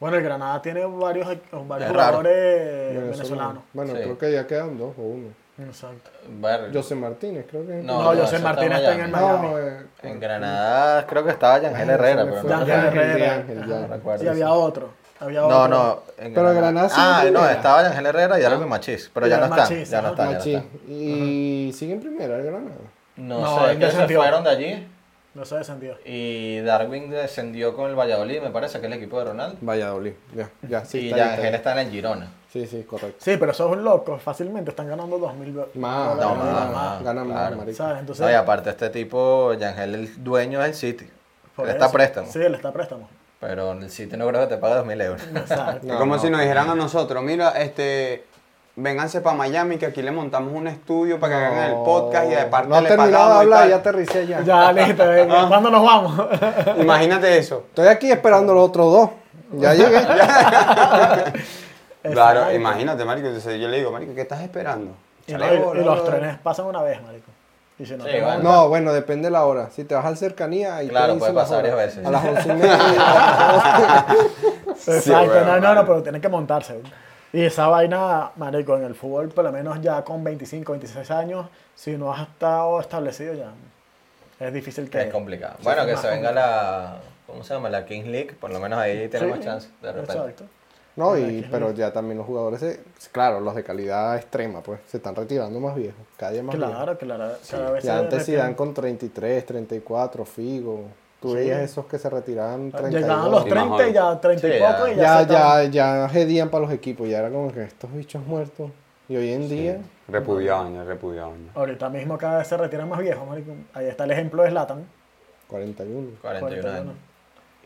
Bueno, el Granada tiene varios, eh, varios
Es raro.
jugadores
Venezolano.
venezolanos.
Bueno,
Sí.
creo que ya quedan dos o uno.
Exacto.
Verga.
José Martínez, creo que.
No,
No,
no,
José
eso
Martínez
está
está en el
No,
Miami.
eh,
En Granada creo que estaba Yangel Herrera,
se me
pero
fue.
no,
Yangel
Ángel de
Herrera.
Ángel,
Ajá.
ya.
no recuerdo.
Sí, había otro. Había
No,
otro.
no. en
Pero Granada sí
Ah,
en
no,
primera.
estaba Yangel Herrera y Jeremy Machís, pero
Y
ya no
ahora
están,
Machís,
ya no
ajá.
están, ya no
Machín.
están.
Y sigue en primera el Granada.
No
No,
sé,
él
es que se
descendió.
fueron de allí
No se descendió.
y Darwin descendió con el Valladolid, me parece que es el equipo de Ronaldo.
Valladolid. Ya, ya, sí.
y
está bien, está
Yangel
bien.
está en el Girona.
Sí, sí, correcto.
Sí, pero esos locos fácilmente están ganando 2.000
Más,
No, más,
dólares.
ganan
más,
ganan más,
claro.
marico.
¿Sabes? Ah, Entonces,
No, y aparte este tipo, Yangel, el dueño del City.
por
Él está
eso.
préstamo.
Sí, él está préstamo.
Pero el City no creo que te pague 2.000 euros.
Exacto.
No,
como
no.
si nos dijeran a nosotros, mira, este, vénganse para Miami que aquí le montamos un estudio para que hagan el podcast y aparte
No ha
le
terminado de
pagamos y
hablar,
tal".
ya aterricé ya.
Ya, listo,
Ah.
venga. ¿Cuándo nos vamos?
Imagínate eso.
Estoy aquí esperando los otros dos. Ya llegué.
Claro, imagínate, marico. Entonces yo le digo, marico, ¿qué estás esperando?
Y,
Chale,
no, y-
bola,
y los
bro.
trenes pasan una vez, marico. Y si no
Sí,
te
vale.
No, bueno, depende de la hora. Si te vas al cercanía, ahí te
Claro,
dicen
puede
las
pasar
horas.
varias veces.
A las once y media.
Exacto,
Sí, bueno,
no, no,
vale.
no, pero tienen que montarse. Y esa vaina, marico, en el fútbol, por lo menos ya con 25, 26 años, si no has estado establecido ya, es difícil que...
Es complicado. bueno,
es
que
más
se venga la. ¿Cómo se llama? La Kings League. Por lo menos ahí tenemos
Sí,
chance de repente.
Exacto.
no, y, pero ya también los jugadores, se- claro, los de calidad extrema, pues, se están retirando más viejos. Cada día más viejos.
Claro, claro, cada vez
Y
se
antes
retiran.
dan con 33, 34, Figo. Tú veías esos que se retiraban 32.
Llegaban los
Y más
30 y ya 30 y
Sí,
poco
ya.
y ya
ya,
se estaban-
ya, ya gedían para los equipos. Ya era como que estos bichos muertos. Y hoy en día...
Repudiaban, ya repudiaban. ya.
Ahorita mismo cada vez se retiran más viejos, marico. Ahí está el ejemplo de Zlatan.
41.
41,
41.
años.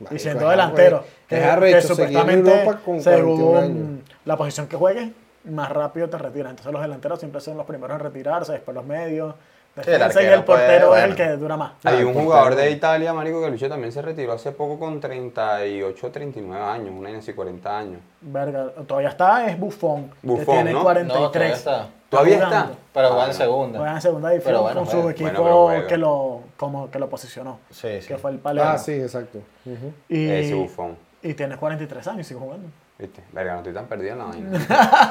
Marico,
Y
es
siendo
arrecho,
delantero. Que,
Es
que
arrecho seguir en
supuestamente,
Europa con 41 años.
según la posición que juegues, más rápido te retiras. Entonces los delanteros siempre son los primeros en retirarse, después los medios, Defensa y
arquero
el
pues,
portero
puede,
es el
bueno.
que dura más.
Hay
el
un
portero.
jugador de Italia, marico, que el bicho también se retiró hace poco con 38, 39 años, un año así, 40 años.
Verga, todavía está, es Buffon, que
Buffon,
tiene
¿no?
No, todavía
43.
está.
¿Todavía
jugando.
está?
Pero juega en
Juega
segunda.
Ah, en segunda división
Pero bueno,
con su
juega.
equipo
Bueno, pero juega.
que, lo, como, que lo posicionó,
Sí, sí.
que fue el Palermo.
Ah, sí, exacto. Ujú.
Y,
Ese bufón.
y tiene 43 años y sigue jugando.
¿Viste? Verga, no estoy tan perdido en la vaina.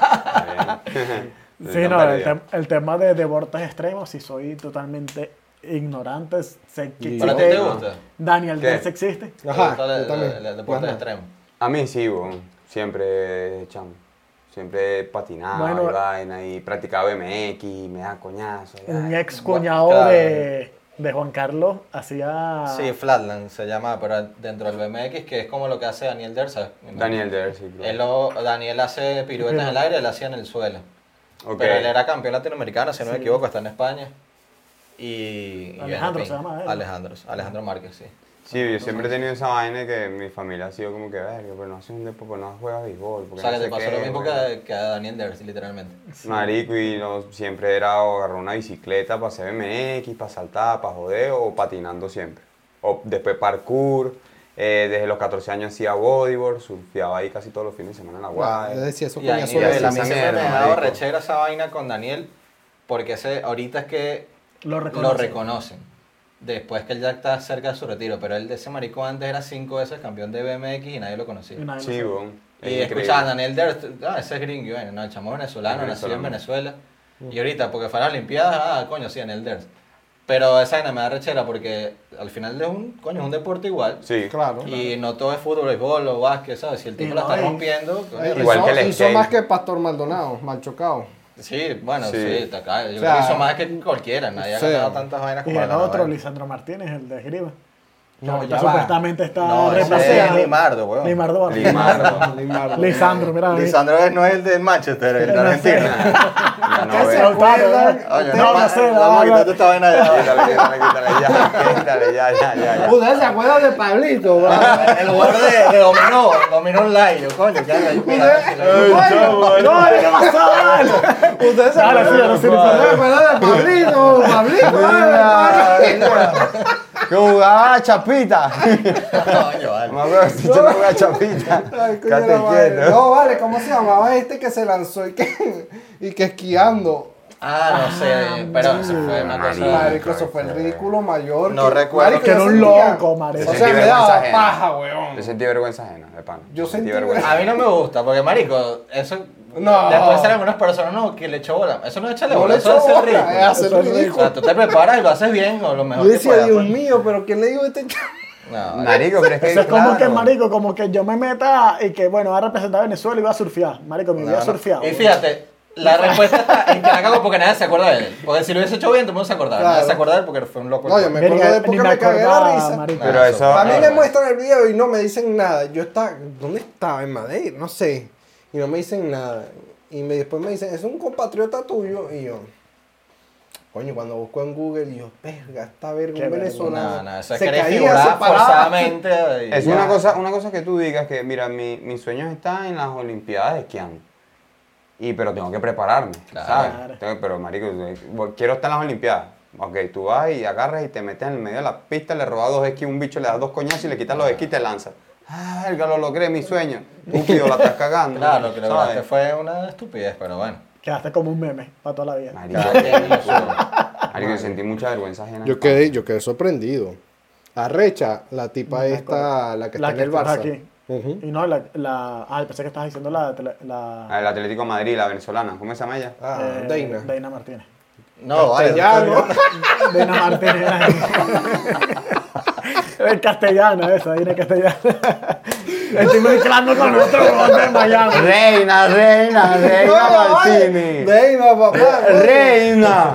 Está bien. No estoy tan
Sí, no, el,
perdido.
tem- el tema de deportes extremos, si soy totalmente ignorante, sé que
Y-
¿Para ti
existe-
te gusta?
Daniel
¿Qué?
Dez existe.
Ajá,
¿Te gusta
yo
el-
también.
el- el deporte
Ajá.
extremo?
A mí sí, weón. Siempre, chamo. Siempre patinaba
Bueno,
y vaina y practicaba BMX y me da coñazo. y,
Un
ay,
ex cuñado
claro.
de, de Juan Carlos hacía...
Sí, Flatland se llama, pero dentro del BMX, que es como lo que hace Daniel Dersa.
Daniel Dersi, bro.
Él lo- Daniel hace piruetas en el aire, él hacía en el suelo.
Ok.
Pero él era campeón latinoamericano, si no me
Sí.
equivoco, está en España. Y. y
Alejandro
en
se llama él.
Alejandro, Alejandro Márquez, sí.
Sí, yo siempre he tenido esa vaina de que mi familia ha sido como que, verga, pero no haces un deporte, no juegas béisbol.
O
porque
sea,
no
que te
sé
pasó
qué,
lo mismo
weón".
que, que a Daniel Dersi, literalmente.
Marico, y no, siempre era o agarrar una bicicleta para hacer BMX, para saltar, para joder, o patinando siempre. O después parkour, eh, desde los 14 años hacía bodyboard, surfeaba ahí casi todos los fines de semana en la
Guau, eh.
guada.
Ah, yo decía, esos
Y a mí,
coñazos
nivel,
de
a
la
mí
esa
siempre me
mierda,
ha dado
marico.
rechera esa vaina con Daniel, porque ese, ahorita es que
Lo
lo
reconoce.
reconocen. Después que él ya está cerca de su retiro, pero él de ese marico antes era cinco veces campeón de BMX y nadie lo conocía.
Y nadie lo
Sí,
sabe.
weón, es
Y
increíble.
escuchaban a Daniel Derst, ah, ese es gringo, bueno, no, el chamo es venezolano,
Es
nacido en
venezolano.
Venezuela. Y ahorita, porque fue a las Olimpiadas, ah, coño, sí, Daniel Derst. Pero esa vaina me da rechera porque al final es un, coño, es un deporte igual.
Sí,
Claro.
Y no todo es fútbol, béisbol o básquet, ¿sabes? Si el tipo
Y
la
no,
está
y-
rompiendo, coño,
Eh,
Igual
hizo-
que el
hizo
skate.
más que Pastor Maldonado, mal chocado.
Sí, bueno,
Sí.
sí, está acá. Yo
O sea,
creo que hizo más que cualquiera. Nadie
sí.
ha ganado tantas vainas
Y
como ¿eh?
el
Arana,
otro,
¿vale?
Lisandro Martínez, el de Esgrima.
No,
No,
ya va.
supuestamente está
No, ese
reemplazado.
es Limardo, weón.
Limardo Martínez.
Limardo.
Limardo.
Lisandro, mira. ahí.
Lisandro no es el del Manchester, el de
No sé.
Argentina.
Ya no,
¿Qué se
ve.
acuerdan?
Oye,
No, no
pa-
sé, la
vamos a
verdad.
quitar esta vaina de-
Quítale, quítale, quítale, ya, quítale, ya, ya, ya, ya.
Ustedes se acuerdan Uh, de Pablito, bro?
El jugador de, de dominó, dominó online, yo coño, ya la
Ay, no, ay, ¿qué pasó? vale?
Ustedes se
Ahora sí, ahora sí,
acuerdan
Lisandro.
¿Se acuerdan de Pablito, Pablito, eh, vale,
Que
Ah,
jugaba chapita.
Coño, vale.
Me acuerdo si yo no jugaba chapita.
Pablito. Ay, coño,
Cállate
la madre.
quieto.
No, vale, ¿cómo se llamaba este que se lanzó y que, y que esquiando?
Ah, no sé, pero eso fue una cosa.
Marico, eso fue el ridículo mayor.
No
que-
recuerdo.
marico,
Que era
yo
un
sentía-
loco, marico.
O sea, me daba paja,
Yo
weón.
sentí vergüenza ajena, de pana.
Yo sentí
A mí no me gusta, porque marico, eso.
No.
Después ser algunas personas no, que le echó bola. Eso no es echarle
No
bola,
le
eso
echó
es ser
bola, es
rico.
hacer
Eso es
O
ridículo.
sea, tú te preparas y lo haces bien, o lo
Yo
mejor que
decía,
puedas.
Dios
pues.
mío, pero ¿quién le dijo este ch-
No, vale.
Marico, pero es
Eh,
que.
Eso es como
claro.
que, marico, como que yo me meta y que, bueno, va a representar a Venezuela y va a surfear. Marico, mi vida
No, no.
surfeado.
Y fíjate, la respuesta está en que la cago porque nadie se acuerda de él. Porque si lo hubiese hecho bien, todo el mundo se acordaba.
Claro.
Nadie se acordaba de él porque fue un loco.
No, yo me acuerdo de porque me cagué la risa.
Pero eso.
A mí me
Claro.
muestran el video y no me dicen nada. Yo estaba, ¿dónde estaba? En Madrid, no sé. Y no me dicen nada. Y me, después me dicen, es un compatriota tuyo. Y yo, coño, cuando busco en Google, yo, verga, esta verga,
Qué
un
verga.
venezolano.
No, no, eso es
Se
que
caía,
figurada
se paraba.
forzadamente. y
Es
ya.
una cosa, una cosa que tú digas que, mira, mi, mis sueños están en las Olimpiadas de esquiando. Y, pero tengo que prepararme,
Claro.
¿sabes? Tengo- pero, marico, yo quiero estar en las Olimpiadas. Ok, tú vas y agarras y te metes en el medio de la pista, le robas dos esquís, a un bicho le das dos coñazos y le quitas los esquís y te lanzas. Ah, verga, lo logré, mi sueño. Estúpido, la estás cagando.
Claro, lo que
¿sabes?
lograste fue una estupidez, pero bueno.
Quedaste como un meme para toda la vida.
Marico,
Cada quien y lo suyo.
marico, yo sentí mucha vergüenza ajena.
Yo quedé, yo quedé sorprendido. Arrecha, la tipa esta, la que
La
está
que
en el
está
Barça.
aquí.
Ujú.
Y no, la, la... Ah, pensé que estabas diciendo la... tele- la
El Atlético de Madrid, la venezolana, ¿cómo se llama ella?
Ah,
eh,
Deina.
Deina Martínez.
No, vale.
Castellano.
Deina Martínez. era- Es castellana esa, Deina castellana. Estoy mezclando con otro huevón de Miami.
Reina, reina, reina
No, vale.
Martínez.
Deina, papá.
Eh, Reina,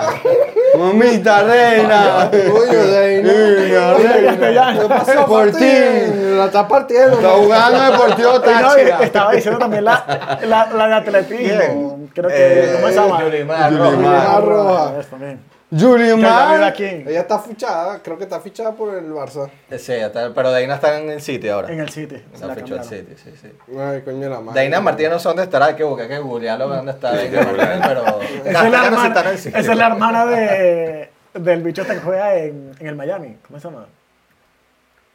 mamita reina,
Coño, Deina.
Castellano.
¿Qué pasó,
Por ti.
Martín? La está partiendo.
está
¿no?
jugando Deportivo
Y no,
Táchira.
y estaba diciendo también la, la, la de atletismo. Creo que.
Eh,
¿Cómo se llama?
Yulimar
Yulimar.
Rojas.
Yulimar Rojas.
Eso también. Que ya vive
Julimar,
aquí.
Ella está fichada, creo que está fichada por el Barça.
Eh, Sí, ya está, pero Deina está en el sitio ahora.
En el City.
Se
la
ha fichado al
cambiaron.
City, sí, sí.
Ay, coño la madre.
Deina Martínez no sé dónde estará, hay que buscar, hay que googlearlo, dónde está
Sí,
Deina
hay que
Martínez, pero...
Mm. Esa es, la
Castellano sí
hermana,
está en el sitio.
esa es la hermana de. del bicho este que juega en, en el Miami. ¿Cómo se llama?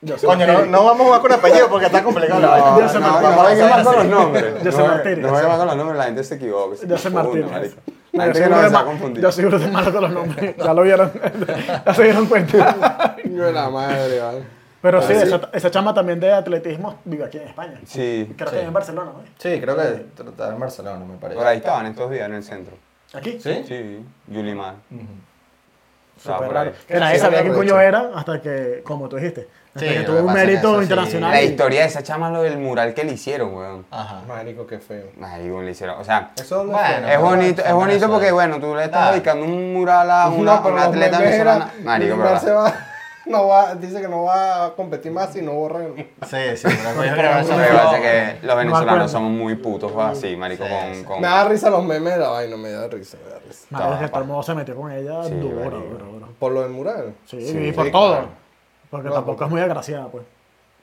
Joseph
Coño, no,
Martiri.
no vamos a jugar con apellido porque está complicado la vaina.
Yo soy
no,
Martínez.
no, vamos a llamar con los nombres.
Yo soy
No,
Martínez.
No voy a llamar con los nombres, la gente se equivoca. se
Yo soy
confunde,
Martínez.
marico.
No,
La
yo
gente
soy
que no
uno de
se va a
ma-
confundir.
Yo seguro soy malo con los nombres. Ya lo vieron. ya se dieron cuenta.
Coño de la madre, vale.
Pero sí,
Ah, sí.
Esa, esa chama también de atletismo vive aquí en España.
Sí.
Creo
Sí.
que en Barcelona, ¿no?
Sí, creo que está en Barcelona, me parece.
Por ahí estaban estos días en el centro.
¿Aquí?
¿Sí?
Sí, Yulimar. Estaba
Súper
por
raro.
ahí.
Que nadie
Sí,
sabía
lo
qué
aprovecho.
coño era hasta que, como tú dijiste, hasta
Sí,
que
lo
tuvo
que
un
pasa es que
mérito
eso sí,
internacional.
La historia de esa chama, lo del mural que le hicieron, weón.
Ajá.
Marico, qué feo.
Marico, le hicieron. O sea,
Eso dónde
Bueno,
fue?
es bonito,
Venezuela.
es bonito porque, bueno, tú le estás
Nah.
dedicando un mural a
No,
una,
pero
una
los
atleta
memes eran,
venezolana. Marico,
Neymar
pero.
se va- no va, dice que no va a competir más si no borran.
Sí, sí, pero coño,
Pero
no
eso
Lo
sabemos.
que pasa es que los
acuerdo.
venezolanos somos muy putos weón, así, marico,
Sí,
con-
sí.
con...
Me da risa los memes de la vaina, me da risa, me da risa.
Madre,
Estaba
el modo se metió con ella
Sí,
duro,
bueno,
bro,
bueno.
bro.
Por lo del mural. Ah.
Sí,
Sí,
y por
sí,
todo.
claro.
Porque
No,
tampoco
porque-
es muy agraciada, pues.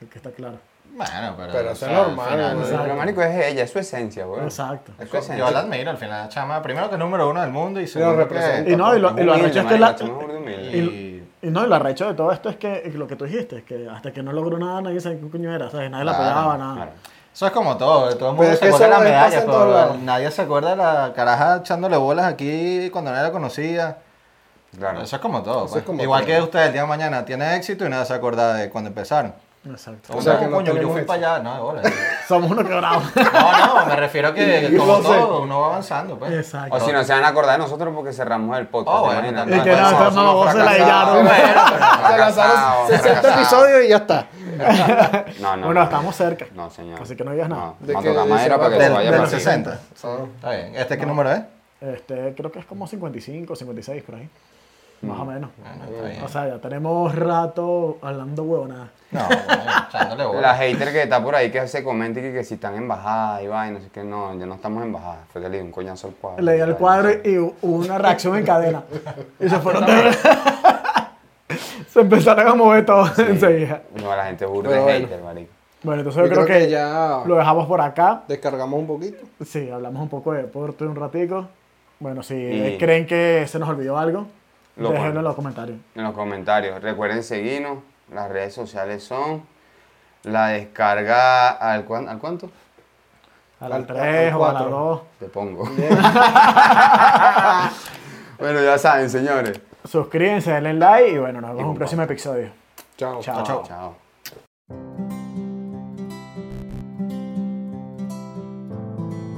el que está claro.
Bueno, pero.
Pero
o
eso
sea,
es
al
normal,
final-
güey.
Pero, marico, es ella, es su esencia, weón.
Exacto.
Es su esencia.
Yo la admiro al final, la chama. Primero que es número uno del mundo y segundo
representa.
que.
Y no, y lo, y lo
Humilde,
arrecho es que
marico,
la,
chamo, es burda humilde.
Y.
y no, y lo arrecho de todo esto es que lo que tú dijiste, es que hasta que no logró nada, nadie sabía qué coño era, ¿sabes? Nadie la
Claro,
pegaba, nada.
Claro.
Eso es como todo, todo el
Pero
mundo
es
se
que
acuerda de
eso
las
es- pasa
medallas,
en
pero
todos lados.
pues, nadie se acuerda de la caraja echándole bolas aquí cuando no la conocía.
Claro.
Eso es como
Eso
todo. pues.
es como
Igual
todo.
que ustedes el día de mañana tienen éxito y nadie se acuerda de cuando empezaron.
Exacto.
O sea,
No,
que no
coño, yo
tenemos
fui
éxito.
para allá, no, de bola.
Somos unos quebrados.
No, no, me refiero que
Yo
como
lo sé.
todo, uno va avanzando, pues.
Exacto.
O si no se van a acordar de nosotros porque cerramos el podcast.
Oh, bueno,
¿te
también.
imaginas?
Y que no,
Somos
esta mamá vos se la
fracasados,
hallaron.
Se lanzaron
fracasados,
60
fracasados.
episodios y ya está.
No, no.
bueno,
no.
estamos cerca.
No, señor.
Así que no digas nada.
No,
De
vamos
que
a tocar madera
dice,
para que
del-
se
Del,
vaya
del
para
60.
So,
Está bien. ¿Este qué número es?
Este, creo que es como 55, 56 por ahí. Más o menos.
Bueno, está Ah, bien.
O sea, ya tenemos rato hablando huevonadas.
No, bueno, echándole bolas.
La hater que está por ahí que se comenta y que, que si están en bajada y vaina, así que no, ya no estamos en bajada. Fue que le di un coñazo al cuadro.
Le di al
Vaina,
cuadro
no sé.
y hubo una reacción en cadena. Y se fueron de Se empezaron a mover todo enseguida.
No, la gente burda de
Pero bueno.
hater, marico.
Bueno, entonces
Yo
yo creo que
ya
lo dejamos por acá.
descargamos un poquito.
Sí, hablamos un poco de deporte un ratico. Bueno, si
Y-
creen que se nos olvidó algo,
Lo
déjenlo
pongo.
en los comentarios.
En los comentarios. Recuerden seguirnos. Las redes sociales son la descarga al, cuan- ¿al cuánto?
A
Al-
las 3
al
o a las
cuatro.
2.
Te pongo. bueno, ya saben, señores.
Suscríbanse, denle like y bueno, nos vemos en un
compartan.
próximo episodio.
Chao.
Chao.
Chao.